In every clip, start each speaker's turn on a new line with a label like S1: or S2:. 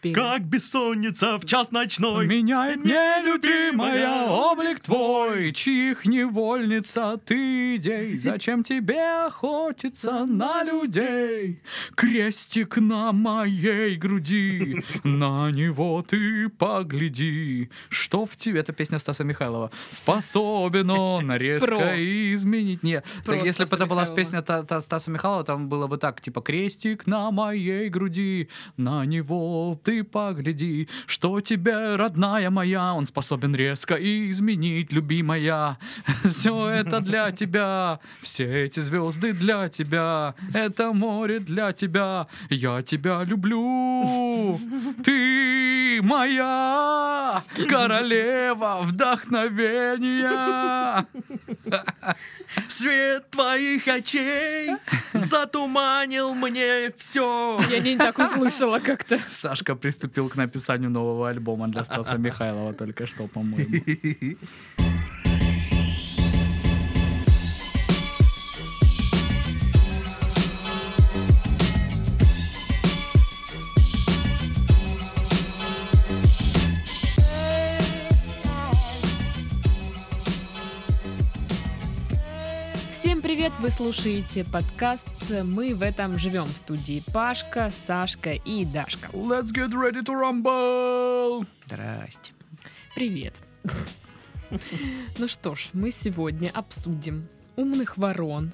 S1: успею.
S2: Как бессонница в час ночной.
S1: Меняет нелюбимая облик твой, чьих невольница ты идей. Зачем тебе охотиться на людей? Крестик на моей груди, на него ты погляди. Что в тебе? Это песня Стаса Михайлова. Способен он резко
S3: Про.
S1: изменить. Не,
S3: Про
S1: так если бы
S3: Стаса
S1: это была
S3: Михайлова.
S1: песня Та- Та- Стаса Михайлова, там было бы так, типа, крестик на моей груди, на него ты погляди, что тебе, родная моя, он способен резко и изменить, любимая. Все это для тебя, все эти звезды для тебя, это море для тебя, я тебя люблю, ты моя королева вдохновения.
S2: Свет твоих очей затуманил мне все.
S3: Я не так услышала как-то.
S1: Сашка приступил к написанию нового альбома для Стаса Михайлова только что, по-моему.
S3: Всем привет! Вы слушаете подкаст «Мы в этом живем» в студии Пашка, Сашка и Дашка.
S1: Let's get ready to rumble!
S3: Здрасте. Привет. Ну что ж, мы сегодня обсудим умных ворон.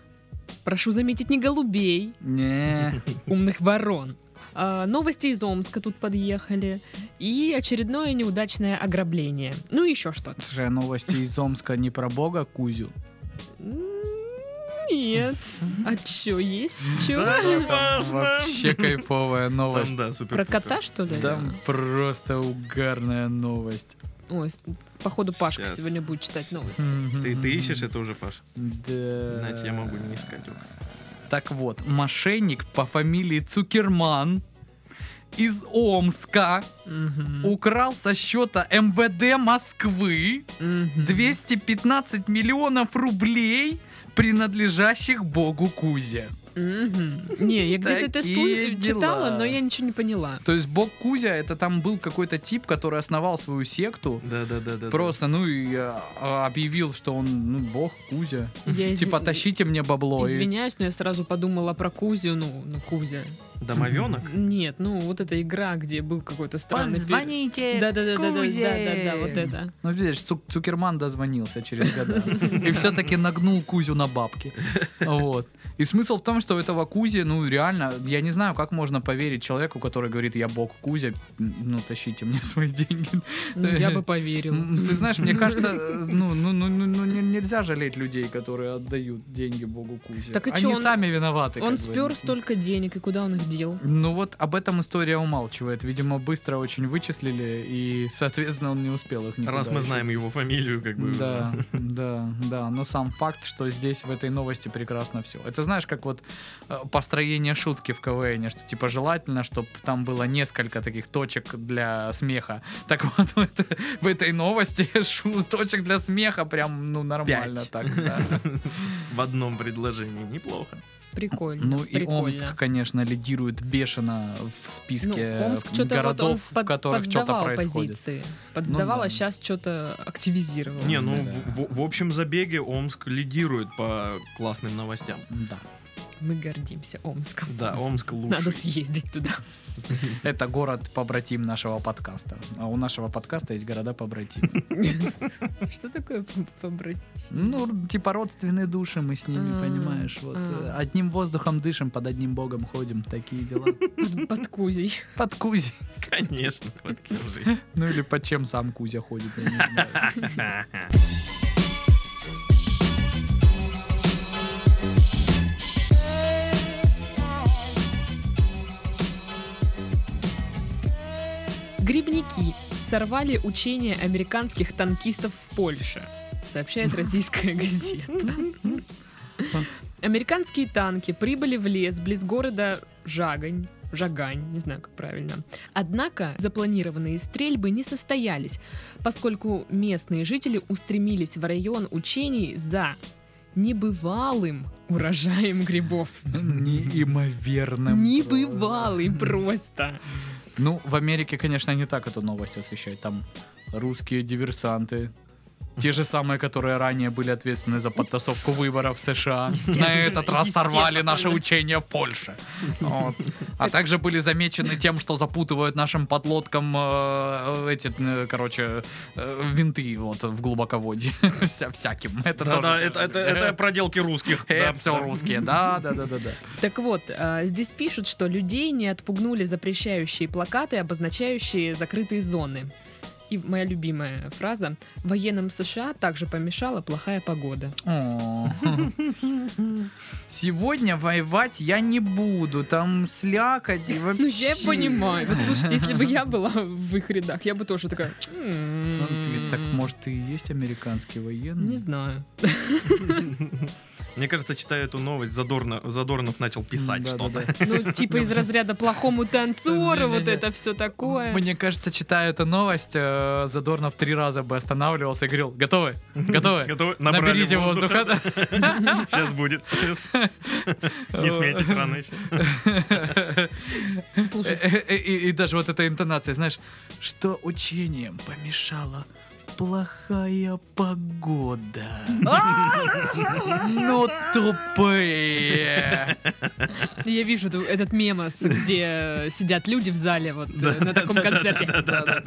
S3: Прошу заметить, не голубей,
S1: Не.
S3: умных ворон. А, новости из Омска тут подъехали. И очередное неудачное ограбление. Ну и еще что-то.
S1: Слушай, а новости из Омска не про бога Кузю.
S3: М, Нет. А чё, есть чё?
S2: Да,
S1: Там
S2: Важно.
S1: Вообще кайфовая новость.
S2: Там, да, супер.
S3: Про кота, что ли?
S1: Там просто угарная новость.
S3: Ой, с- походу Пашка
S2: Щас.
S3: сегодня будет читать новости.
S2: Ты, ты ищешь это уже, Паш?
S1: Да.
S2: Иначе я могу не искать. уже.
S1: Так вот, мошенник по фамилии Цукерман из Омска
S3: Мгм.
S1: украл со счета МВД Москвы
S3: Мгм.
S1: 215 миллионов рублей, принадлежащих богу Кузе.
S3: Мгм. Не, я где-то это
S1: Такие
S3: слу- э,
S1: дела.
S3: читала, но я ничего не поняла.
S1: То есть бог Кузя это там был какой-то тип, который основал свою секту.
S2: Да, да, да, да. да.
S1: Просто, ну и а, объявил, что он, ну, бог Кузя.
S3: Я изв-
S1: Типа, тащите мне бабло. и-
S3: Извиняюсь, но я сразу подумала про Кузю, ну, ну Кузя.
S2: Домовенок?
S3: Нет, ну вот эта игра, где был какой-то странный... Да, да, да, да, да, да, да, вот это.
S1: Ну, видишь, Цу- Цукерман дозвонился через года. И все-таки нагнул Кузю на бабки. Вот. И смысл в том, что у этого Кузи, ну, реально, я не знаю, как можно поверить человеку, который говорит, я бог Кузя, ну, тащите мне свои деньги.
S3: Ну, я бы поверила.
S1: М, Ты знаешь, мне кажется, э, ну, ну, ну, ну, ну, не- нельзя жалеть людей, которые отдают деньги богу Кузе.
S3: Так и
S1: Они
S3: чё, он-
S1: сами виноваты.
S3: Он
S1: как бы.
S3: спер столько денег, и куда он их дел?
S1: Ну вот об этом история умалчивает. Видимо, быстро очень вычислили, и, соответственно, он не успел их никуда
S2: Раз мы
S1: еще
S2: знаем его фамилию, как бы.
S1: да, да, да. Но сам факт, что здесь в этой новости прекрасно все. Это знаешь, как вот э, построение шутки в КВН, что типа желательно, чтобы там было несколько таких точек для смеха. Так вот, в, это- в этой новости шу- точек для смеха прям, ну, нормально
S2: Пять.
S1: так. да.
S2: уже В одном предложении. Неплохо.
S3: Прикольно.
S1: Ну и
S3: прикольно.
S1: Омск, конечно, лидирует бешено в списке э,
S3: Ну, Омск что-то вот он
S1: городов,
S3: под-
S1: в которых что-то
S3: поддавал
S1: происходит. Ну
S3: позиции. Поддавал,
S1: да.
S3: а сейчас что-то активизировал.
S2: Не, ну
S1: Да.
S2: в, в- в общем забеге Омск лидирует по классным новостям.
S1: Да.
S3: Мы гордимся Омском.
S2: Да, Омск лучший.
S3: Надо съездить туда.
S1: Это город побратим нашего подкаста. А у нашего подкаста есть города побратим.
S3: Что такое п- побратим?
S1: Ну, типа родственные души мы с ними,
S3: А,
S1: понимаешь. Вот
S3: а.
S1: э, одним воздухом дышим, под одним богом ходим. Такие дела.
S3: Под- под Кузей.
S1: Под Кузи.
S2: Конечно, под кем же.
S1: Ну или под чем сам Кузя ходит, я не знаю.
S3: Грибники сорвали учение американских танкистов в Польше, сообщает российская газета. Американские танки прибыли в лес близ города Жагань. Жагань, не знаю, как правильно. Однако запланированные стрельбы не состоялись, поскольку местные жители устремились в район учений за небывалым урожаем грибов.
S1: Неимоверным.
S3: Небывалый просто.
S1: Ну, в Америке, конечно, не так эту новость освещают. Там русские диверсанты, те же самые, которые ранее были ответственны за подтасовку выборов в США,
S3: Естественно,
S1: на этот раз сорвали
S3: естественно.
S1: наше учение в Польше. Вот. А также были замечены тем, что запутывают нашим подлодкам э, эти, э, короче, э, винты вот в глубоководье. Вся- Всяким. Это
S2: Да,
S1: тоже
S2: да,
S1: всё-
S2: это, это, это проделки русских. да.
S1: Э, все русские, да, да, да, да, да.
S3: Так вот, а, здесь пишут, что людей не отпугнули запрещающие плакаты, обозначающие закрытые зоны. И моя любимая фраза «Военным США также помешала плохая погода».
S1: О. Сегодня воевать я не буду, там слякоть и вообще.
S3: Ну, я понимаю. Вот слушайте, если бы я была в их рядах, я бы тоже такая... «М-м-м».
S1: Ну, ты ведь Так, может, и есть американский военный?
S3: Не знаю.
S2: Мне кажется, читая эту новость, Задорно- Задорнов начал писать
S1: Да, да,
S2: что-то.
S1: да.
S3: Ну, типа из разряда плохому танцору, вот
S1: Не-не-не.
S3: это все такое.
S1: Мне кажется, читая эту новость, э, Задорнов три раза бы останавливался и говорил, готовы, готовы,
S2: Готовы? Набрали
S1: наберите воздуха.
S2: Сейчас будет. Не смейтесь, рано еще.
S3: Слушай,
S1: Э, э, э, И и даже вот эта интонация, знаешь, что учением помешала плохая погода. Ну тупые.
S3: я вижу эту- этот мемос, где сидят люди в зале вот э, на таком концерте.
S1: Да-да-да.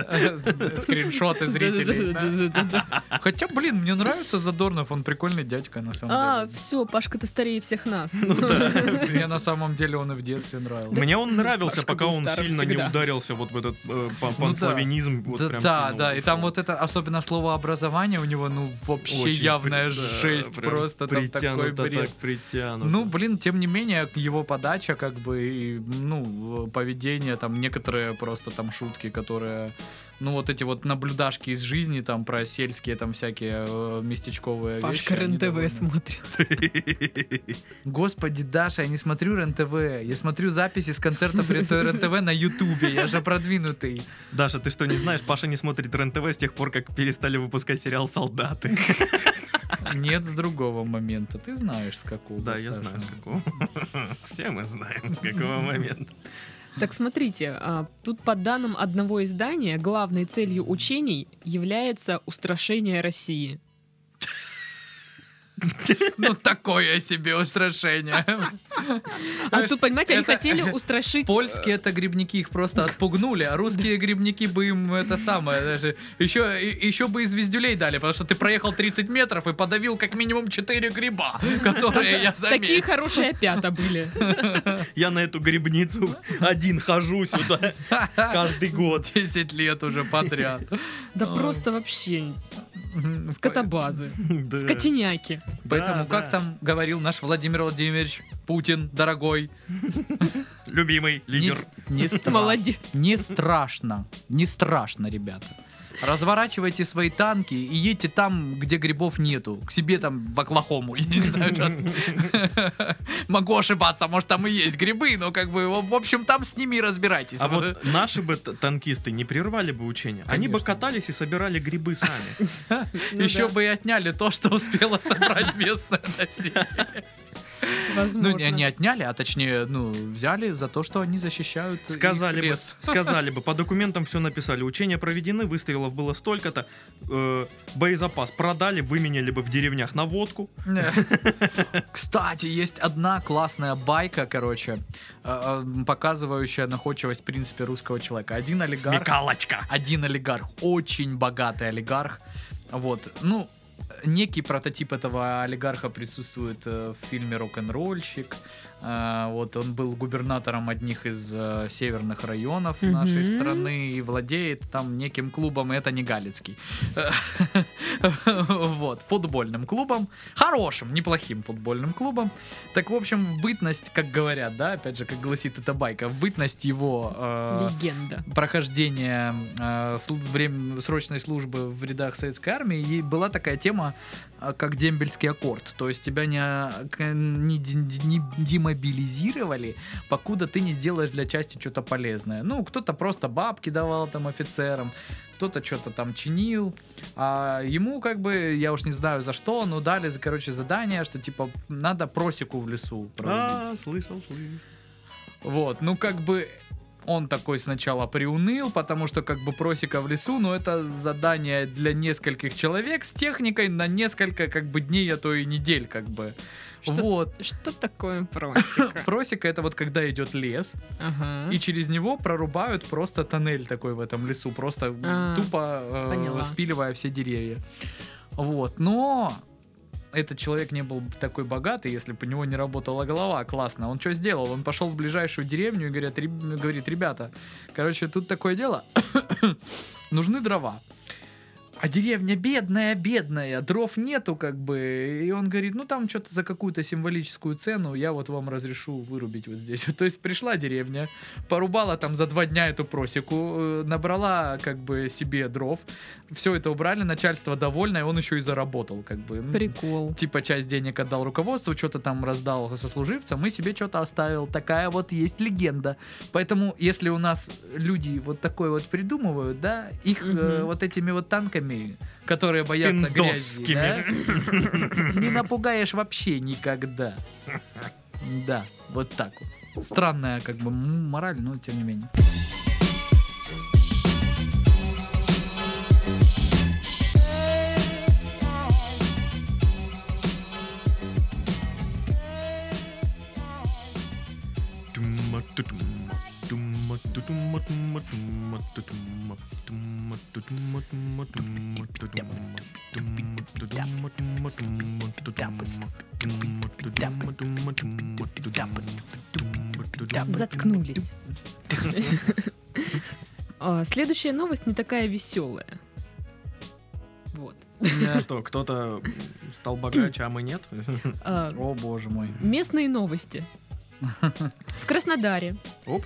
S1: Скриншоты зрителей. да.
S3: Да-да-да-да-да-да.
S1: Хотя, блин, мне нравится Задорнов, он прикольный дядька на
S3: А,
S1: самом деле. Ну
S3: все, Пашка, ты старее всех нас.
S1: Мне на самом деле он и в детстве нравился.
S2: Мне он нравился,
S3: Пашка
S2: пока
S3: был
S2: он
S3: старым
S2: сильно
S3: всегда.
S2: не ударился вот в этот э, па- панславянизм. вот
S1: Ну да,
S2: прям
S1: да,
S2: сильно
S1: да, и там
S2: ушел.
S1: вот это, особенно слово образование у него, ну, вообще
S2: Очень
S1: явная
S2: при- да,
S1: жесть,
S2: прям
S1: просто там такой
S2: притянуто
S1: бред.
S2: так притянуто.
S1: Ну, блин, тем не менее, его подача, как бы, и, ну, поведение, там, некоторые просто там шутки, которые, ну, вот эти вот наблюдашки из жизни, там, про сельские, там, всякие э, местечковые
S3: Пашка
S1: вещи, они довольно-
S3: РЕН-ТВ смотрит.
S1: Господи, Даша, я не смотрю РЕН-ТВ, я смотрю записи с концертов РЕН-ТВ на Ютубе, я же продвинутый.
S2: Даша, ты что, не знаешь, Паша не смотрит РЕН-ТВ с тех пор, как перестали выпускать сериал «Солдаты».
S1: Нет, с другого момента. Ты знаешь, с какого.
S2: Да, я
S1: Саша.
S2: знаю, с какого. Все мы знаем, с какого момента.
S3: Так смотрите, а, тут по данным одного издания, главной целью учений является устрашение России.
S1: Ну, такое себе устрашение.
S3: А тут, понимаете, они
S1: это-
S3: хотели устрашить...
S1: Польские это грибники, их просто отпугнули, а русские грибники бы им это самое даже. Еще, и- еще бы и звездюлей дали, потому что ты проехал 30 метров и подавил как минимум 4 гриба, которые я
S3: Такие
S1: заметил.
S3: хорошие опята были.
S2: Я на эту грибницу один хожу сюда каждый год.
S1: 10 лет уже подряд.
S3: Да
S1: Ой.
S3: просто вообще скотобазы,
S2: Да.
S3: скотиняки.
S1: Поэтому,
S2: Да,
S1: как
S2: да.
S1: там говорил наш Владимир Владимирович Путин, дорогой,
S2: Любимый
S1: не,
S2: лидер. А
S1: не страшно.
S3: Молодец.
S1: Не страшно. Не страшно, ребята. Разворачивайте свои танки и едьте там, где грибов нету. К себе там в Оклахому. Я не знаю, что. Могу ошибаться, может там и есть грибы, но как бы, в в общем, там с ними и разбирайтесь.
S2: А вот наши бы т- танкисты не прервали бы учения. Они бы
S1: Конечно.
S2: катались и собирали грибы сами.
S3: Ну
S1: Еще
S3: да,
S1: бы и отняли то, что успело собрать местное население.
S3: возможно.
S1: Ну, не, не отняли, а точнее, ну, взяли за то, что они защищают их
S2: Сказали бы,
S1: лес.
S2: сказали бы, по документам все написали. Учения проведены, выстрелов было столько-то. э, боезапас продали, выменяли бы в деревнях на водку.
S1: Не. Кстати, есть одна классная байка, короче, э, э, показывающая находчивость, в принципе, русского человека. Один олигарх,
S2: Смекалочка.
S1: один олигарх, очень богатый олигарх, вот, ну, э, некий прототип этого олигарха присутствует э, в фильме «Рок-н-ролльщик», Э, вот, он был губернатором одних из э, северных районов нашей
S3: Мгм.
S1: страны и владеет там неким клубом, и это не Галицкий. Вот, футбольным клубом. Хорошим, неплохим футбольным клубом. Так, в общем, в бытность, как говорят, да, опять же, как гласит эта байка, в бытность его э,
S3: Легенда.
S1: прохождения э, слу- врем- срочной службы в рядах советской армии и была такая тема, э, как дембельский аккорд. То есть тебя не, а, к- не, ди- не демобилизировали, покуда ты не сделаешь для части что-то полезное. Ну, кто-то просто бабки давал там офицерам, кто-то что-то там чинил, а ему как бы, я уж не знаю за что, но дали, за- короче, задание, что типа надо просеку в лесу проводить.
S2: А, слышал, слышал.
S1: Вот, ну как бы Он такой сначала приуныл, потому что как бы просека в лесу, но это задание для нескольких человек с техникой на несколько как бы дней, а то и недель как бы.
S3: Что-
S1: Вот.
S3: Что такое просека?
S1: Просека это вот когда идет лес,
S3: Ага.
S1: и через него прорубают просто тоннель такой в этом лесу, просто м,
S3: А,
S1: тупо э,
S3: поняла.
S1: спиливая все деревья. Вот, но этот человек не был такой богатый, если бы у него не работала голова, классно. Он что сделал? Он пошел в ближайшую деревню и говорит, «Реб- говорит, ребята, короче, тут такое дело, нужны дрова. А деревня бедная, бедная, дров нету как бы. И он говорит, ну там что-то за какую-то символическую цену я вот вам разрешу вырубить вот здесь. То есть пришла деревня, порубала там за два дня эту просеку, э, набрала как бы себе дров, все это убрали, начальство довольно, и он еще и заработал как бы. Ну,
S3: Прикол.
S1: Типа часть денег отдал руководству, что-то там раздал сослуживцам и себе что-то оставил. Такая вот есть легенда. Поэтому, если у нас люди вот такое вот придумывают, да, их э,
S3: Мгм.
S1: вот этими вот танками, которые боятся грязи, да, не напугаешь вообще никогда. Да, вот так вот. Странная как бы м, мораль, но тем не менее.
S3: Заткнулись. А, Следующая новость не такая веселая. Вот.
S2: Что, кто-то стал богаче, а мы нет?
S3: А,
S1: О боже мой.
S3: Местные новости. В Краснодаре
S2: Оп.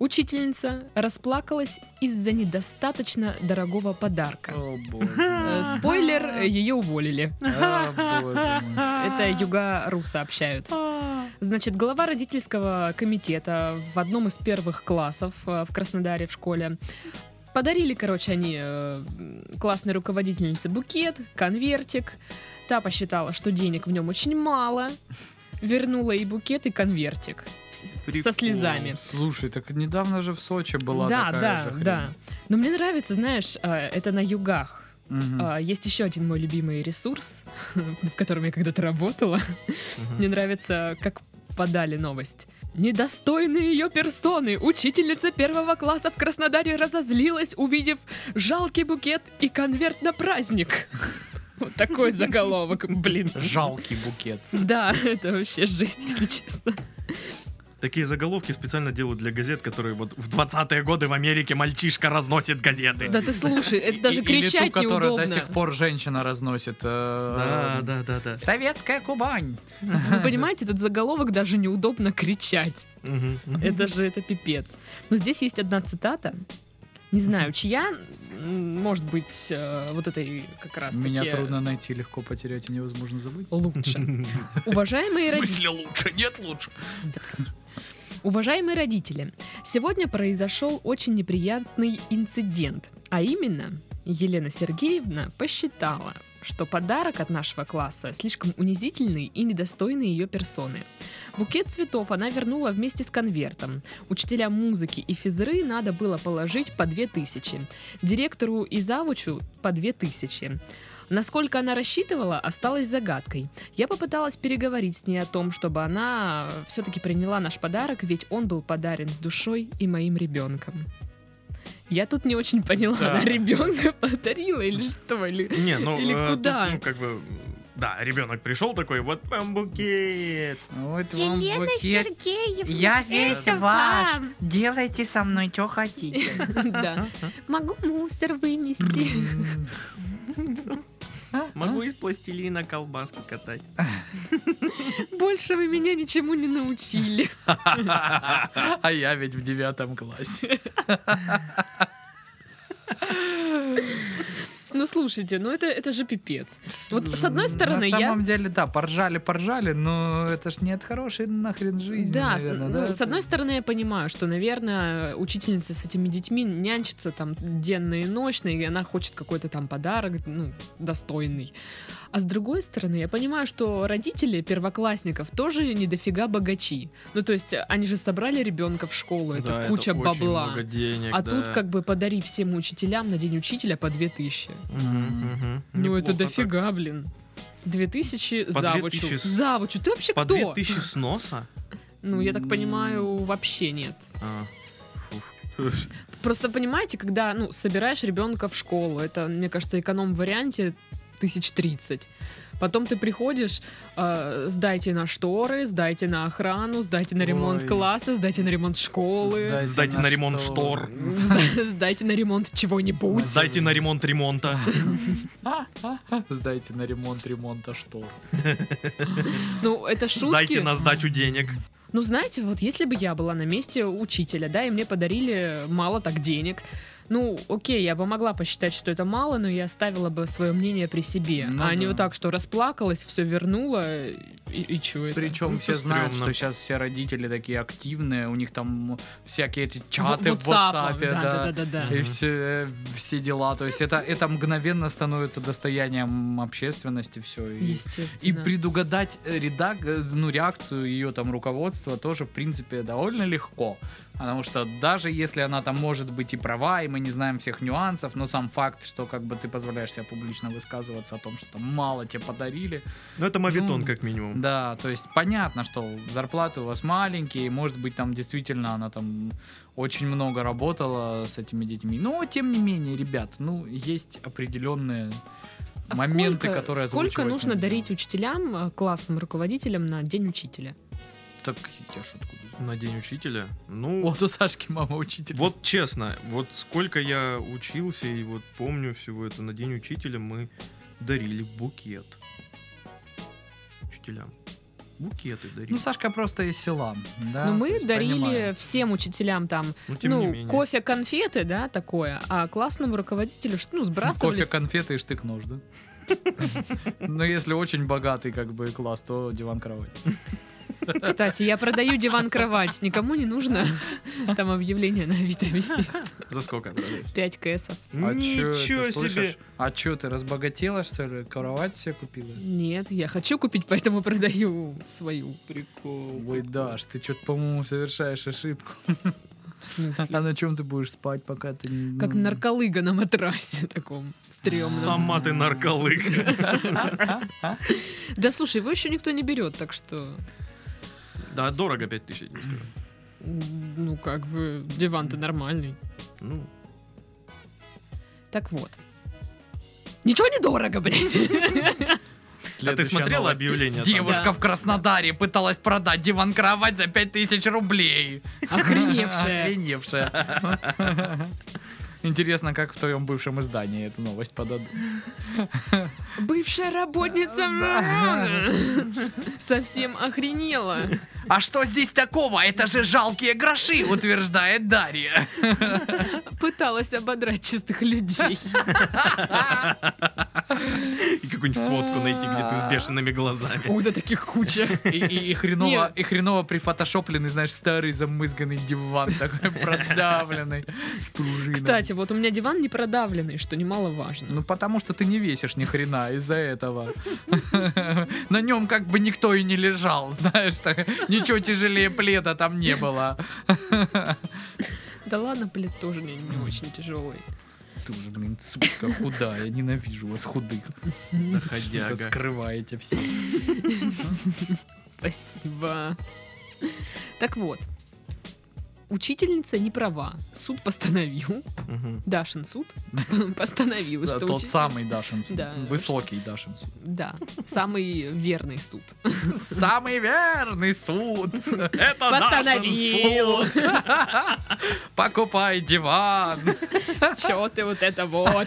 S3: учительница расплакалась из-за недостаточно дорогого подарка.
S1: О боже. мой.
S3: Э, Спойлер, ее уволили.
S1: О, боже мой.
S3: Это Юга Ру сообщают. Значит, глава родительского комитета в одном из первых классов э, в Краснодаре в школе подарили, короче, они э, классной руководительнице букет, конвертик. Та посчитала, что денег в нем очень мало. Вернула и букет, и конвертик. С- Со
S2: Прикол.
S3: слезами.
S1: Слушай, так недавно же в Сочи была
S3: да,
S1: такая
S3: да,
S1: же хрень.
S3: да. Но мне нравится, знаешь, э, это на югах.
S1: Мгм.
S3: А, Есть еще один мой любимый ресурс, в котором я когда-то работала.
S2: Мгм.
S3: Мне нравится, как подали новость. Недостойные ее персоны. Учительница первого класса в Краснодаре разозлилась, увидев жалкий букет и конверт на праздник. Вот такой заголовок, блин.
S1: Жалкий букет.
S3: Да, это вообще жесть, если честно.
S2: Такие заголовки специально делают для газет, которые вот в 20-е годы в Америке мальчишка разносит газеты.
S3: Да ты слушай, это даже
S1: И- или
S3: кричать
S1: ту, которую до сих
S3: неудобно.
S1: пор женщина разносит. э,
S2: Да, да, да, да.
S1: Советская Кубань.
S3: Вы понимаете, этот заголовок даже неудобно кричать.
S2: Мгм, мгм.
S3: Это же это пипец. Но здесь есть одна цитата. Не знаю, чья, м, может быть, э, вот этой как раз
S1: Меня
S3: таки
S1: трудно найти, легко потерять и невозможно забыть.
S3: лучше. Уважаемые родители,
S1: лучше? Нет лучше.
S3: уважаемые родители, сегодня произошел очень неприятный инцидент. А именно, Елена Сергеевна посчитала, что подарок от нашего класса слишком унизительный и недостойный ее персоны. Букет цветов она вернула вместе с конвертом. Учителям музыки и физры надо было положить по две тысячи. Директору и завучу по две тысячи. Насколько она рассчитывала, осталась загадкой. Я попыталась переговорить с ней о том, чтобы она все-таки приняла наш подарок, ведь он был подарен с душой и моим ребенком. Я тут не очень поняла,
S2: Да.
S3: она ребенка подарила или что? Или...
S2: Не, ну,
S3: Или
S2: э,
S3: куда?
S2: тут, ну, как бы, м, да, ребенок пришел такой, вот вам букет.
S1: Вот вам
S4: Елена
S1: букет.
S4: Сергеевна,
S5: Я весь
S4: это
S5: ваш.
S4: вам.
S5: Делайте со мной, что хотите.
S3: Да.
S4: Могу мусор вынести.
S1: М.
S3: А?
S2: Могу из пластилина колбаску катать.
S3: Больше вы меня ничему не научили.
S1: А я ведь в девятом классе.
S3: Ну ну слушайте, ну это, это же пипец. Вот с одной стороны,
S1: На
S3: я-
S1: самом деле, да, поржали, поржали, но это ж не от хорошей нахрен жизни,
S3: да, с-
S1: наверное,
S3: ну,
S1: да?
S3: с одной стороны, я понимаю, что, наверное, учительница с этими детьми нянчится там денно и ночно, и она хочет какой-то там подарок, ну, достойный. А с другой стороны, я понимаю, что родители первоклассников тоже не дофига богачи. Ну, то есть, они же собрали ребенка в школу, это
S2: Да,
S3: куча
S2: очень
S3: бабла.
S2: много денег,
S3: а
S2: да.
S3: тут как бы подари всем учителям на день учителя по 2000.
S2: Мгм, мгм.
S3: ну, это
S2: Неплохо так.
S3: дофига, блин. 2000
S2: По
S3: завучу.
S2: 2000 с-
S3: Завучу, ты вообще
S2: По
S3: кто?
S2: 2000 сноса?
S3: Ну, я так понимаю, вообще нет.
S2: А, фу.
S3: Просто понимаете, когда, ну, собираешь ребенка в школу, это, мне кажется, эконом-варианте тысяч тридцать. Потом ты приходишь, э, сдайте на шторы, сдайте на охрану, сдайте на ремонт
S1: Ой.
S3: класса, сдайте на ремонт школы,
S2: Сдайте на ремонт штор.
S3: сда- сдайте на ремонт чего-нибудь.
S2: Сдайте на ремонт ремонта.
S1: Сдайте на ремонт ремонта штор.
S3: Ну, это
S2: Сдайте
S3: шутки.
S2: на сдачу денег.
S3: Ну, знаете, вот если бы я была на месте учителя, да, и мне подарили мало так денег, ну, окей, я бы могла посчитать, что это мало, но я оставила бы свое мнение при себе.
S1: Ну
S3: а не
S1: да.
S3: вот так, что расплакалась, все вернула, и, и чё это?
S1: Причем
S2: Ну,
S1: все
S2: это
S1: знают,
S2: стрёмно.
S1: что сейчас все родители такие активные, у них там всякие эти чаты
S3: Вот
S1: в
S3: WhatsApp,
S1: WhatsApp, да,
S3: да-да-да-да.
S1: и
S2: Мгм.
S1: все, э, все дела. То есть это, это мгновенно становится достоянием общественности все. И, и
S3: Естественно.
S1: предугадать э, редак, э, ну, реакцию ее там руководства тоже, в принципе, довольно легко. Потому что даже если она там может быть и права, и мы не знаем всех нюансов, но сам факт, что как бы ты позволяешь себе публично высказываться о том, что там мало тебе подарили,
S2: Ну, это мавитон,
S1: Ну,
S2: как минимум.
S1: да, то есть понятно, что зарплаты у вас маленькие, и, может быть, там действительно она там очень много работала с этими детьми. Но, тем не менее, ребят, ну, есть определенные
S3: А
S1: моменты,
S3: сколько,
S1: которые
S3: Сколько
S1: озвучивать
S3: нужно
S1: надо.
S3: дарить учителям, а, классным руководителям на День учителя?
S1: Так, я ж откуда знаю.
S2: На день учителя. Ну,
S1: Вот у Сашки мама учитель.
S2: Вот честно, вот сколько я учился и вот помню всего это, на день учителя мы дарили букет учителям. Букеты дарили.
S1: Ну, Сашка просто из села. Да,
S3: ну,
S1: то
S3: мы
S1: есть
S3: дарили
S1: понимаю.
S3: всем учителям там
S2: Ну, тем
S3: ну,
S2: не менее.
S3: кофе, конфеты, да, такое, а классному руководителю, ш- ну, сбрасывали...
S1: Кофе,
S3: с-
S1: конфеты и штык-нож, да? Но если очень богатый как бы класс, то диван-кровать.
S3: Кстати, я продаю диван-кровать, никому не нужно. Там объявление на Авито висит.
S2: За сколько?
S3: 5 кэсов.
S1: А чё
S2: Ничего
S1: это, слышишь?
S2: себе!
S1: А чё, ты разбогатела, что ли? Кровать себе купила?
S3: Нет, я хочу купить, поэтому продаю свою.
S2: Прикол.
S1: Ой, Даш, ты что-то, по-моему, совершаешь ошибку.
S3: В смысле?
S1: А на чем ты будешь спать, пока ты... ну,
S3: Как нарколыга на матрасе таком стрёмном.
S2: Сама ты нарколыга.
S3: Да слушай, его еще никто не берет, так что...
S2: Да, дорого 5000, я тебе скажу.
S3: Ну, как бы, диван-то нормальный.
S2: Ну,
S3: Так вот. Ничего не дорого, блядь.
S2: а ты
S1: Следующая
S2: смотрела
S1: новость.
S2: объявление? там?
S1: Девушка
S3: Да.
S1: в Краснодаре пыталась продать диван-кровать за 5000 рублей.
S3: Охреневшая.
S1: Охреневшая. Интересно, как в твоем бывшем издании эту новость подадут.
S3: Бывшая работница. Совсем охренела.
S1: А что здесь такого? Это же жалкие гроши, утверждает Дарья.
S3: Пыталась ободрать чистых людей.
S2: И какую-нибудь фотку найти, где
S1: А.
S2: ты с бешеными глазами.
S3: Ой, да таких куча.
S1: И, и- и хреново,
S3: Нет.
S1: и хреново прифотошопленный, знаешь, старый замызганный диван такой продавленный с пружинами.
S3: Кстати, вот у меня диван не продавленный, что немаловажно.
S1: Ну, потому что ты не весишь ни хрена из-за этого. На нем как бы никто и не лежал, знаешь, так, ничего тяжелее пледа там не было.
S3: Да ладно, плед тоже не, не очень тяжелый.
S1: Ты уже, блин, сука худая, ненавижу вас худых. Что-то
S2: Доходяга.
S1: скрываете все.
S3: Спасибо. Так вот. Учительница не права. Суд постановил,
S2: Мгм.
S3: Дашин суд постановил,
S1: Да,
S3: что
S1: Тот
S3: учи-
S1: самый Дашинцу.
S3: Да.
S1: Высокий Дашинцу.
S3: Да, самый верный суд.
S1: Самый верный суд.
S2: Это
S3: Постановил!
S1: Покупай диван.
S3: Чё ты вот это вот?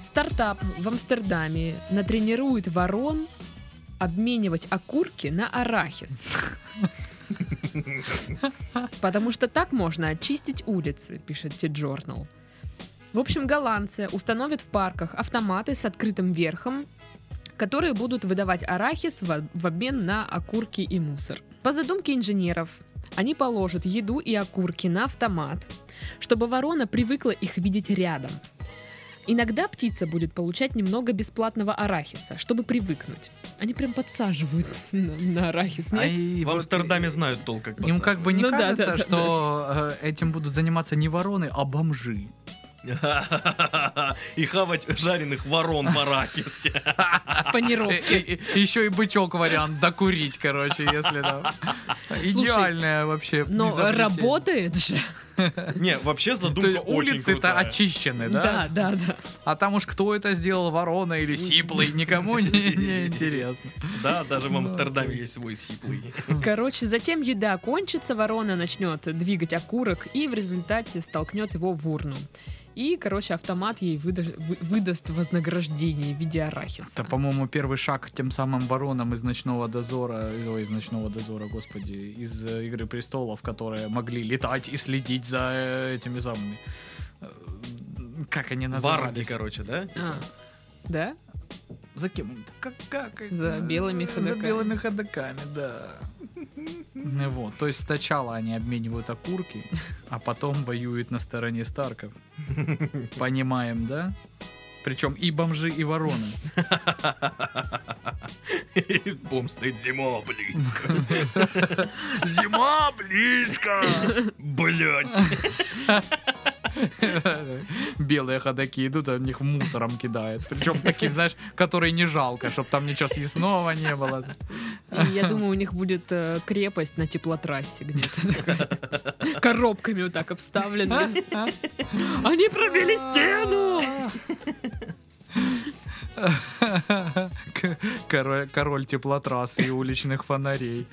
S3: Стартап в Амстердаме натренирует ворон обменивать окурки на арахис. Потому что так можно очистить улицы, пишет T-Journal. В общем, голландцы установят в парках автоматы с открытым верхом, которые будут выдавать арахис в, в обмен на окурки и мусор. По задумке инженеров, они положат еду и окурки на автомат, чтобы ворона привыкла их видеть рядом. Иногда птица будет получать немного бесплатного арахиса, чтобы привыкнуть. Они прям подсаживают на, на арахис,
S1: А
S3: нет?
S1: и
S2: В
S1: вот
S2: Амстердаме знают толк, как
S1: Им как бы не
S3: Ну да,
S1: кажется,
S3: да, да,
S1: что э, этим будут заниматься не вороны, а бомжи.
S2: пацаны. И хавать жареных ворон в арахисе.
S3: В панировке.
S1: Э, Еще и бычок вариант докурить, короче, если да.
S3: Слушай,
S1: Идеальное вообще.
S3: Но
S1: изобретение.
S3: работает же.
S2: Не, вообще
S1: То есть
S2: задумка очень
S1: улицы-то
S2: крутая.
S1: очищены,
S3: Да,
S1: да?
S3: да, да.
S1: А там уж кто это сделал, ворона или сиплый, никому не, не интересно.
S2: Да, даже в Амстердаме есть свой сиплый.
S3: Короче, затем еда кончится, ворона начнет двигать окурок и в результате столкнет его в урну. И, короче, автомат ей выда- вы- выдаст вознаграждение в виде арахиса.
S1: Это, по-моему, первый шаг к тем самым воронам из ночного дозора, ой, из ночного дозора, господи, из э, Игры престолов, которые могли летать и следить за э, этими самыми. э, Как они
S2: Барги,
S1: назывались?
S2: короче, да?
S3: А, да?
S1: За кем? Как, как это?
S3: За белыми
S1: За
S3: ходоками.
S1: белыми ходоками, да. Ну Вот, то есть сначала они обменивают окурки, а потом воюют на стороне Старков. Понимаем, да? Причем и бомжи, и вороны.
S2: Бом стоит зима близко. Зима близко. Блять.
S1: Белые ходаки идут, а в них мусором кидает. Причем таким, знаешь, которые не жалко, чтобы там ничего съестного не было.
S3: И я думаю, у них будет э, крепость на теплотрассе где-то такая. Коробками вот так обставлена. Они пробили стену!
S1: К- Король, король теплотрассы и уличных фонарей.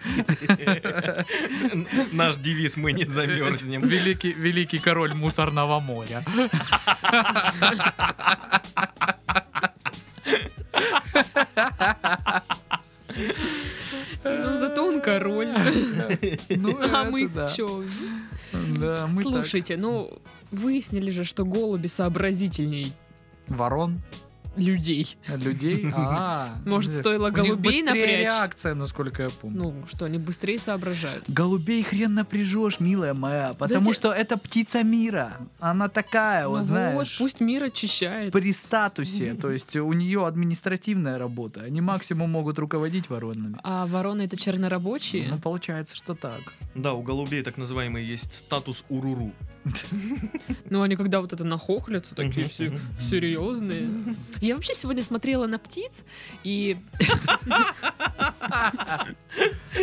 S2: Наш девиз мы не замерзнем.
S1: Великий, великий король мусорного моря.
S3: Ну, зато он король.
S1: Ну,
S3: А
S1: это
S3: мы
S1: да.
S3: чё?
S1: Да, мы так.
S3: Слушайте, ну, выяснили же, что голуби сообразительней
S1: Ворон, людей. людей. А,
S3: Может,
S1: Э,
S3: стоило
S1: у них
S3: голубей
S1: быстрее
S3: напрячь?
S1: реакция, насколько я помню.
S3: Ну, что они быстрее соображают.
S1: Голубей хрен напряжешь, милая моя, потому
S3: те-
S1: что это птица мира. Она такая,
S3: Ну
S1: вот знаешь.
S3: пусть мир очищает.
S1: при статусе, то есть у нее административная работа. Они максимум могут руководить воронами.
S3: А вороны это чернорабочие?
S1: Ну, получается, что так.
S2: Да, у голубей так называемый есть статус уруру.
S3: Ну, они когда вот это нахохлятся, такие все серьезные. Я вообще сегодня смотрела на птиц, и ну,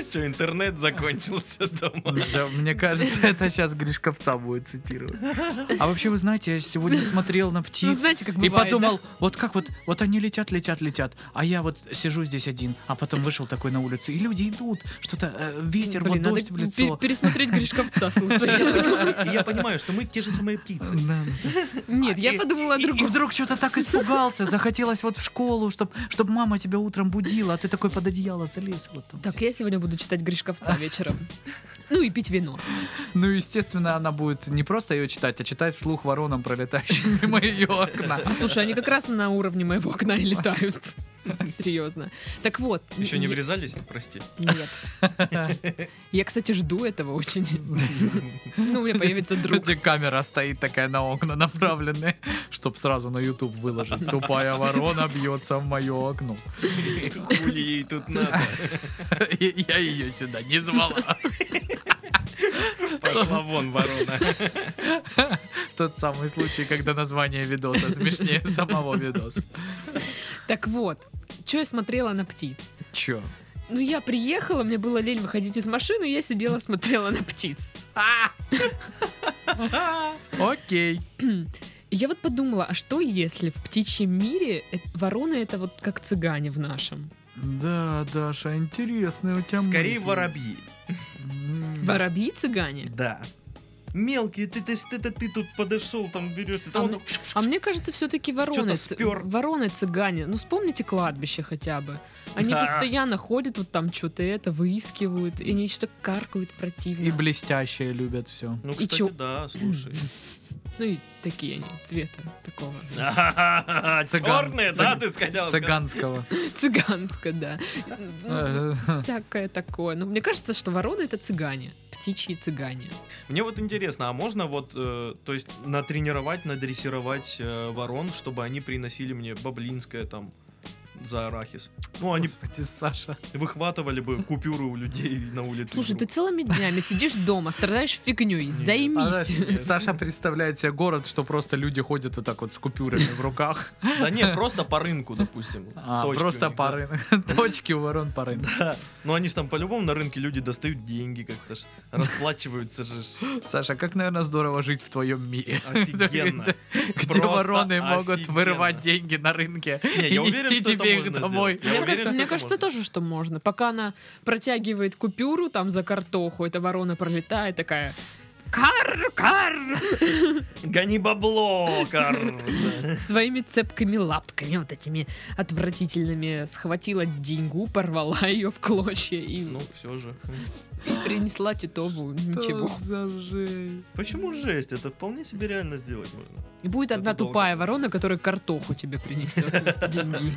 S2: Че, интернет закончился дома?
S1: Ну Да, мне кажется, это сейчас Гришковца будет цитировать. А вообще, вы знаете, я сегодня смотрел на
S3: ну,
S1: птиц.
S3: знаете, как
S1: И
S3: бывает, да?
S1: подумал, вот как вот, вот они летят, летят, летят, а я вот сижу здесь один, а потом вышел такой на улицу, и люди идут, что-то, э, ветер,
S3: Блин,
S1: вот
S3: надо
S1: дождь в лицо.
S3: пер- пересмотреть Гришковца, слушай.
S2: И я понимаю, что мы те же самые птицы.
S1: Да.
S3: Нет, я подумала о
S1: И- И
S3: другом.
S1: вдруг что-то так испугался, захотелось вот в школу, чтобы чтоб мама тебя утром будила, а ты такой под одеяло залез. Вот там.
S3: Так, я сегодня буду читать Гришковца вечером. Ну и пить вино.
S1: Ну, естественно, она будет не просто ее читать, а читать слух вороном, пролетающим мимо ее окна.
S3: А слушай, они как раз на уровне моего окна и летают. Серьезно. Так вот.
S2: Еще не
S3: я-
S2: врезались? Прости.
S3: Нет. Я, кстати, жду этого очень. Ну, у меня появится друг.
S1: Где камера стоит такая на окна направленная, чтобы сразу на YouTube выложить. Тупая ворона бьется в мое окно.
S2: Хули ей тут надо?
S1: И Я ее сюда не звала.
S2: Пошла вон, ворона.
S1: Тот самый случай, когда название видоса смешнее самого видоса.
S3: Так вот, что я смотрела на птиц?
S1: Чё?
S3: Ну, я приехала, мне было лень выходить из машины, я сидела, смотрела на птиц.
S1: Окей.
S3: И я вот подумала, а что если в птичьем мире э, вороны это вот как цыгане в нашем?
S1: Да, Даша, интересные у тебя
S2: Скорее
S1: мысли.
S2: воробьи.
S1: М.
S3: Воробьи цыгане?
S2: Да. мелкий, ты, ты, ты, ты, ты тут подошел, там ну, берешь, это
S3: А
S2: он
S3: мне- А мне кажется, все-таки вороны,
S2: Чё-то
S3: ц-
S2: спёр.
S3: вороны цыгане. Ну вспомните кладбище хотя бы. Они
S2: Да.
S3: постоянно ходят вот там что-то это выискивают и нечто каркают противно.
S1: И блестящие любят все.
S2: Ну,
S3: И
S2: кстати,
S3: чё?
S2: да, слушай.
S3: Ну и такие они цвета такого
S1: Цыган.
S2: Черные, да, ты хотел сказать?
S1: Цыганского.
S3: цыганска, да. Ну,
S1: Э,
S3: Всякое такое. Ну мне кажется, что вороны это цыгане, птичьи цыгане.
S2: Мне вот интересно, а можно вот, э, то есть, натренировать, надрессировать э, ворон, чтобы они приносили мне баблинское там за арахис? Ну, они
S1: Господи, Саша.
S2: выхватывали бы купюры у людей на улице.
S3: Слушай, ты
S2: вдруг.
S3: целыми днями сидишь дома, страдаешь фигней,
S1: Она-
S3: займись.
S1: Саша представляет себе город, что просто люди ходят вот так вот с купюрами в руках.
S2: Да нет, просто по рынку, допустим.
S1: А,
S2: Точки у
S1: Просто
S2: них, да.
S1: пары. Точки у ворон пары.
S2: Ну, они же там по-любому на рынке люди достают деньги как-то, ж, расплачиваются же. ж.
S1: Саша, как, наверное, здорово жить в твоем мире.
S2: Офигенно.
S1: Где-
S2: Просто
S1: Где вороны могут
S2: офигенно.
S1: вырывать деньги на рынке
S2: Не,
S1: и
S2: я уверен,
S1: нести
S2: что это
S1: тебе их
S2: можно
S1: домой.
S2: сделать.
S3: Мне
S2: Я уверен,
S3: кажется,
S2: что
S3: мне
S2: это
S3: кажется
S2: можно.
S3: тоже, что можно. Пока она протягивает купюру там за картоху, эта ворона пролетает такая... Кар, кар!
S2: Гони бабло, кар.
S3: Своими цепками лапками, вот этими отвратительными, схватила деньгу, порвала ее в клочья и
S2: Ну, все же.
S3: принесла Титову ничего.
S2: Почему жесть? Это вполне себе реально сделать можно.
S3: И будет
S2: это
S3: одна
S2: долго.
S3: тупая ворона, которая картоху тебе принесет вместо деньги.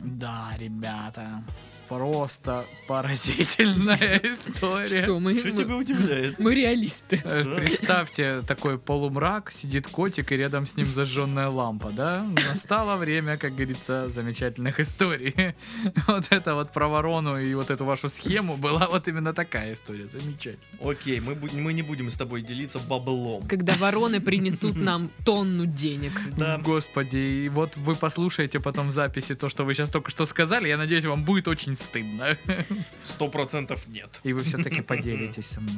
S1: Да, ребята. Просто поразительная история.
S3: Что мы?
S2: Что тебя удивляет?
S3: Мы реалисты.
S1: Э,
S2: Да.
S1: Представьте, такой полумрак, сидит котик, и рядом с ним зажженная лампа, да? Настало время, как говорится, замечательных историй. Вот это вот про ворону и вот эту вашу схему была вот именно такая история. Замечательно.
S2: Окей, мы, бу- мы не будем с тобой делиться баблом.
S3: Когда вороны принесут нам тонну денег.
S2: Да.
S1: Господи, и вот вы послушаете потом в записи то, что вы сейчас только что сказали. Я надеюсь, вам будет очень стыдно.
S2: Сто процентов нет.
S1: И вы все-таки поделитесь со мной.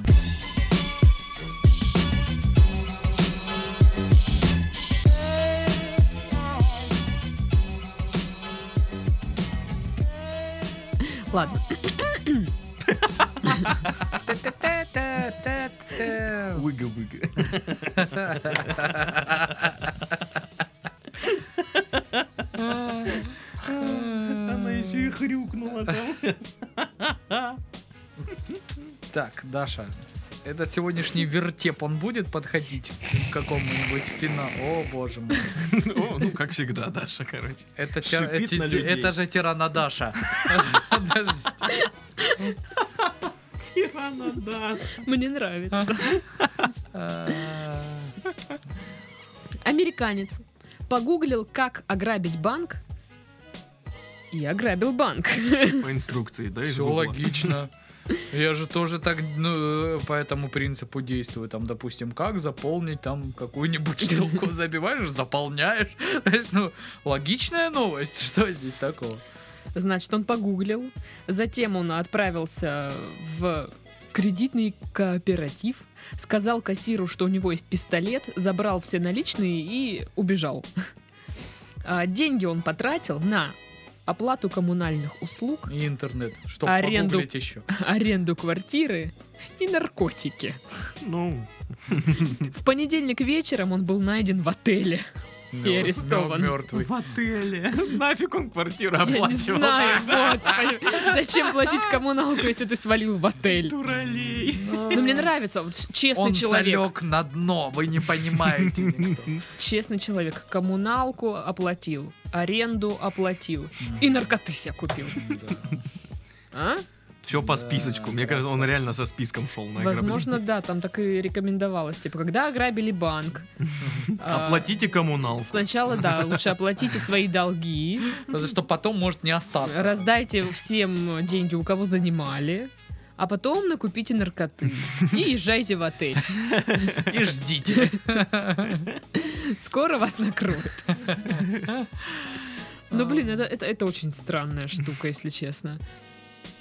S3: Ладно.
S2: Выга-выга. А, Она еще и хрюкнула там.
S1: Так, Даша, этот сегодняшний вертеп, он будет подходить к какому-нибудь финалу? О, боже мой.
S2: О, Ну, как всегда, Даша, короче.
S1: Это, тир-
S2: Шипит
S1: э,
S2: на
S1: ти-
S2: людей.
S1: это же тирана Даша. Подожди.
S2: Тирана Даша.
S3: Мне нравится.
S1: А,
S3: Американец погуглил, как ограбить банк, и ограбил банк.
S2: По инструкции, да? из
S1: Все
S2: Гугла.
S1: логично. Я же тоже так ну, э, по этому принципу действую. Там, допустим, как заполнить там какую-нибудь штуку. Забиваешь, заполняешь. То есть, ну, логичная новость. Что здесь такого?
S3: Значит, он погуглил. Затем он отправился в кредитный кооператив, сказал кассиру, что у него есть пистолет, забрал все наличные и убежал. А Деньги он потратил на оплату коммунальных услуг,
S1: И интернет. Что
S3: Аренду.
S1: погуглить еще?
S3: аренду квартиры и наркотики.
S2: Ну,
S3: В понедельник вечером он был найден в отеле. И арестован.
S1: Мертвый.
S2: в отеле. Нафиг он квартиру
S3: Я не
S2: оплачивал?
S3: знаю, вот, пон- Зачем платить коммуналку, если ты свалил в отель?
S2: Дуралей.
S3: Ну, мне нравится, вот честный
S1: Он
S3: человек.
S1: залег на дно, вы не понимаете никто.
S3: Честный человек. Коммуналку оплатил, аренду оплатил и наркоты себе купил. А?
S2: Все по
S1: Да,
S2: списочку. Мне кажется, он
S1: красавчик.
S2: реально со списком шел на ограбление.
S3: Возможно, да, там так и рекомендовалось. Типа, когда ограбили банк, а,
S2: Оплатите коммуналку.
S3: Сначала, да, лучше оплатите свои долги,
S1: Потому что потом может не остаться.
S3: раздайте всем деньги, у кого занимали, а потом накупите наркоты и езжайте в отель.
S1: И ждите.
S3: Скоро вас накроют.
S1: А.
S3: Ну, блин, это, это, это очень странная штука, если честно.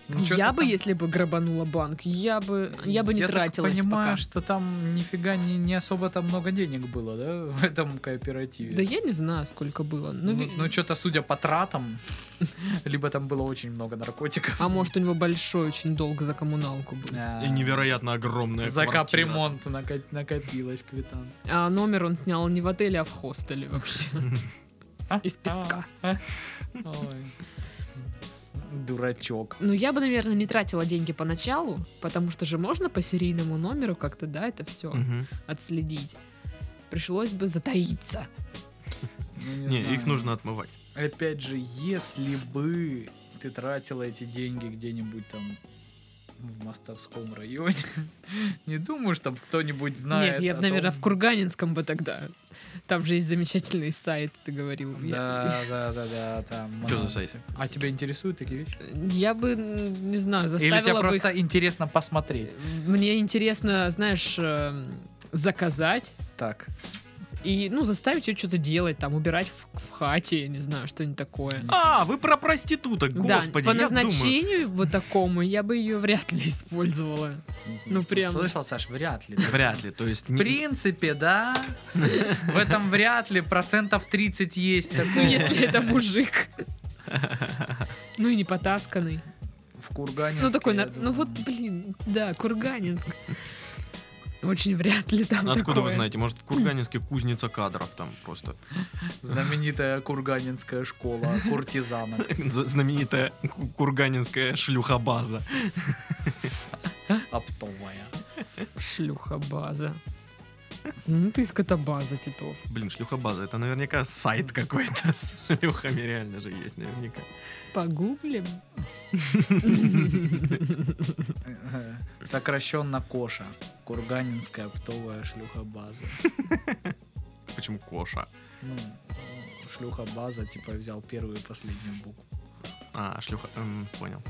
S1: Ну, чё-то
S3: я бы,
S1: там-
S3: если бы грабанула банк, я бы, я бы не
S1: я
S3: тратилась
S1: так понимаю,
S3: пока.
S1: что там нифига не, не особо там много денег было, да, в этом кооперативе.
S3: Да я не знаю, сколько было. но
S1: ну,
S3: ви-
S1: что-то судя по тратам, либо там было очень много наркотиков.
S3: А может, у него большой очень долг за коммуналку был.
S1: А,
S2: И невероятно огромная
S1: За
S2: квартира.
S1: капремонт нако- накопилась квитанция.
S3: А номер он снял не в отеле, а в хостеле вообще.
S2: А?
S3: Из песка.
S1: А, Ой. Дурачок.
S3: Ну, я бы, наверное, не тратила деньги поначалу, потому что же можно по серийному номеру как-то, да, это все
S2: Мгм.
S3: отследить. Пришлось бы затаиться.
S1: Ну,
S2: Не,
S1: знаю.
S2: их нужно отмывать.
S1: Опять же, если бы ты тратила эти деньги где-нибудь там в Мостовском районе, не думаю, что там кто-нибудь знает.
S3: Нет, я
S1: о
S3: бы, наверное,
S1: том-
S3: в Курганинском бы тогда. Там же есть замечательный сайт, ты говорил. Я-
S1: Да, да, да, да, там.
S2: Чё за
S1: много
S2: сайт?
S1: всего. А тебя интересуют такие вещи?
S3: Я бы, м, не знаю,
S1: Или тебе
S3: заставила бы... их-
S1: просто интересно посмотреть?
S3: Мне интересно, знаешь, эм, заказать
S1: Так.
S3: и, ну, заставить ее что-то делать, там, убирать в, в хате, я не знаю, что-нибудь такое.
S2: А, вы про проституток, господи,
S3: да, по
S2: я думаю.
S3: назначению вот такому я бы ее вряд ли использовала. Ну, прям.
S1: Слышал, Саш, вряд ли.
S2: Вряд ли, то есть...
S1: В
S2: не-
S1: принципе, да. В этом вряд ли процентов 30 есть
S3: Ну,
S1: такое.
S3: если это мужик. Ну и не потасканный.
S1: В Кургане.
S3: Ну такой, на- ну вот, блин, да, Курганинск. Очень вряд ли там
S2: Откуда вы
S3: такое.
S2: знаете? Может, в Курганинске кузница кадров там просто.
S1: Знаменитая курганинская школа куртизанок.
S2: З- Знаменитая ку- курганинская шлюхобаза.
S1: Оптовая.
S3: Шлюха база. Ну ты скотобаза, Титов.
S2: Блин, шлюхобаза, это наверняка сайт какой-то с шлюхами реально же есть наверняка.
S3: Погуглим.
S1: Сокращенно Коша. Курганинская оптовая шлюхобаза.
S2: Почему Коша?
S1: Ну, шлюхобаза, типа, взял первую и последнюю букву.
S2: А, шлюха... эм, понял.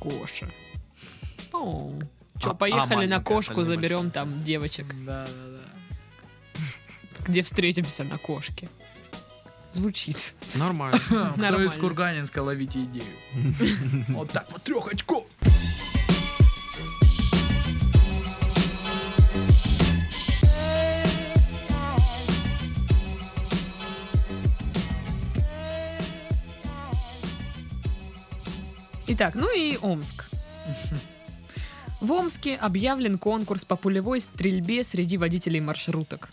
S3: Коша. Оу. Че,
S2: А- а
S3: поехали
S2: маленькая
S3: на кошку,
S2: остальная
S3: заберем там девочек,
S1: Да, да, да.
S3: где встретимся на кошке. Звучит.
S2: Нормально.
S1: Хм, Кто из
S3: Нормально.
S1: Курганинска ловите идею? Вот так вот трех очков.
S3: Итак, ну и Омск. В Омске объявлен конкурс по пулевой стрельбе среди водителей маршруток.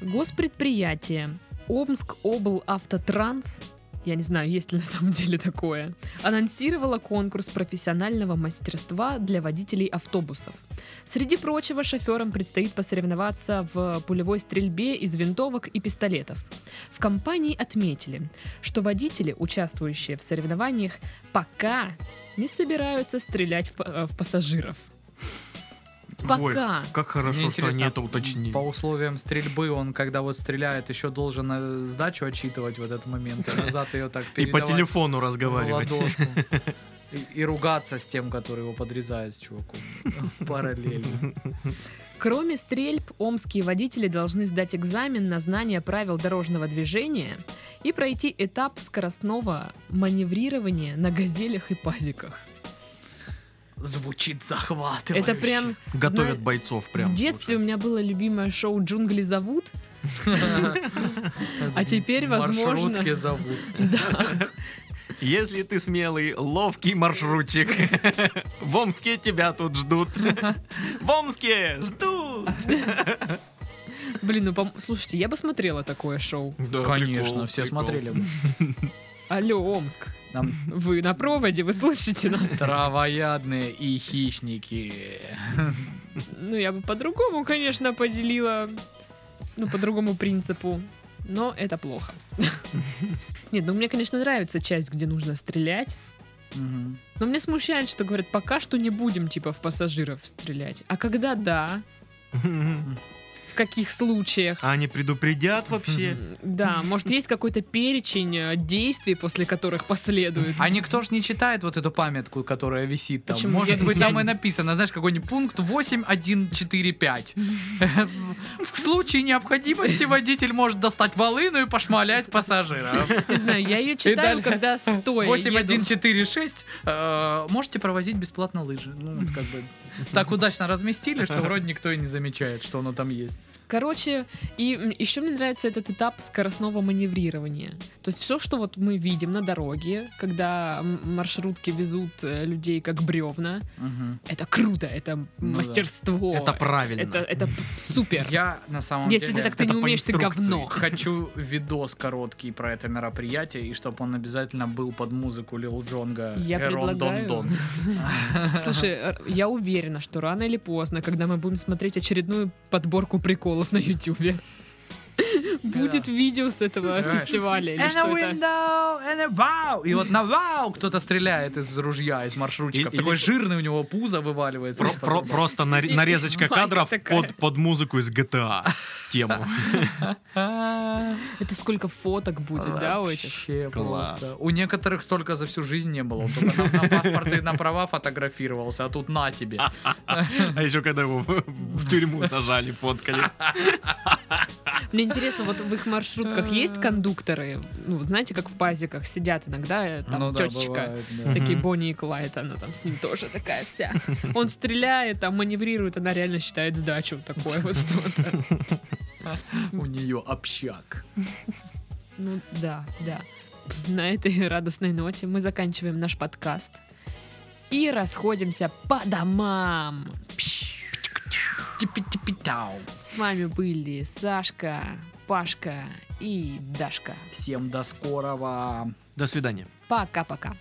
S3: Госпредприятие Омск Обл Автотранс, я не знаю, есть ли на самом деле такое, анонсировало конкурс профессионального мастерства для водителей автобусов. Среди прочего, шоферам предстоит посоревноваться в пулевой стрельбе из винтовок и пистолетов. В компании отметили, что водители, участвующие в соревнованиях, пока не собираются стрелять в, па- э, в пассажиров.
S2: Ой,
S3: Пока.
S2: как
S1: Мне
S2: хорошо, что
S1: интересно,
S2: они это уточнили.
S1: По условиям стрельбы он, когда вот стреляет, еще должен э, сдачу отчитывать в этот момент, и назад ее так
S2: И по
S1: передавать.
S2: телефону
S1: на
S2: разговаривать.
S1: ладошку. И, и ругаться с тем, который его подрезает с чуваком. Параллельно.
S3: Кроме стрельб, омские водители должны сдать экзамен на знание правил дорожного движения и пройти этап скоростного маневрирования на газелях и пазиках.
S1: Звучит захватывающе.
S3: Это прям
S2: Готовят
S3: Зна-
S2: бойцов прям.
S3: в детстве у меня было любимое шоу «Джунгли зовут». А теперь, возможно-
S1: Маршрутки зовут.
S2: слушай. Если ты смелый, ловкий маршрутчик. В Омске тебя тут ждут. В Омске ждут.
S3: Блин, ну пом- слушайте, я бы смотрела такое шоу.
S2: Да, прикол,
S1: Ну, Конечно, все
S2: прикол.
S1: смотрели. бы.
S3: Алло, Омск,
S1: Там
S3: вы на проводе, вы слышите нас?
S1: травоядные и хищники.
S3: Ну, я бы по-другому, конечно, поделила. Ну, по другому принципу. Но это плохо. Нет, ну мне, конечно, нравится часть, где нужно стрелять.
S1: Мгм.
S3: Но мне смущает, что говорят, пока что не будем, типа, в пассажиров стрелять. А когда да, в каких случаях.
S2: А они предупредят вообще?
S3: Да, может, есть какой-то перечень э, действий, после которых последует.
S1: А никто ж не читает вот эту памятку, которая висит там.
S3: Почему?
S1: Может
S3: Я-
S1: быть,
S3: я-
S1: там и написано, знаешь, какой-нибудь пункт 8145. В случае необходимости водитель может достать волыну и пошмалять пассажира.
S3: Не знаю, я ее читаю,
S1: далее.
S3: когда стоя. еду.
S1: 8146. э, Можете провозить бесплатно лыжи. Ну, вот как бы так удачно разместили, что вроде никто и не замечает, что оно там есть.
S3: Короче, и еще мне нравится этот этап скоростного маневрирования. То есть все, что вот мы видим на дороге, когда м- маршрутки везут э, людей как бревна, это круто, это
S1: Ну да.
S3: мастерство.
S2: Это правильно.
S3: это, это п- супер.
S1: Я на самом
S3: Если
S1: деле
S3: ты так ты
S1: это
S3: не
S1: по
S3: умеешь, ты
S1: инструкции.
S3: говно.
S1: Хочу видос короткий про это мероприятие, и чтобы он обязательно был под музыку Лил Джонга.
S3: Я
S1: Эрон
S3: предлагаю.
S1: Дон Дон.
S3: Слушай, э, я уверена, что рано или поздно, когда мы будем смотреть очередную подборку приколов на Ютубе, будет видео с этого
S1: Понимаешь?
S3: фестиваля или
S1: And a
S3: что это.
S1: window, and a wow. И вот на вау кто-то стреляет из ружья, из маршрутчиков.
S2: Или-
S1: Такой
S2: или-
S1: жирный у него пузо вываливается.
S2: Про-
S1: из-под
S2: про-
S1: рук.
S2: Просто наре- нарезочка
S3: Майка
S2: кадров
S3: такая.
S2: под, под музыку из GTA тему.
S1: А,
S3: Это сколько фоток будет, да, у этих?
S1: Вообще
S2: Класс.
S1: просто. У некоторых столько за всю жизнь не было. Он только на, на паспорты и на права фотографировался, а тут на тебе.
S2: А еще когда его в- в тюрьму сажали, фоткали.
S3: Мне интересно, вот в их маршрутках
S1: А.
S3: есть кондукторы? Ну, знаете, как в пазиках сидят иногда, э,
S1: Ну
S3: там
S1: да,
S3: тетечка.
S1: бывает, да.
S3: Такие
S2: Мгм.
S3: Бонни и Клайд, она там с ним тоже такая вся. Он стреляет, там маневрирует, она реально считает сдачу. Такое вот что-то.
S1: У нее общак.
S3: Ну да, да. На этой радостной ноте мы заканчиваем наш подкаст и расходимся по домам.
S1: Типи-типи-тау.
S3: С вами были Сашка, Пашка и Дашка.
S1: Всем до скорого.
S2: До свидания.
S3: Пока-пока.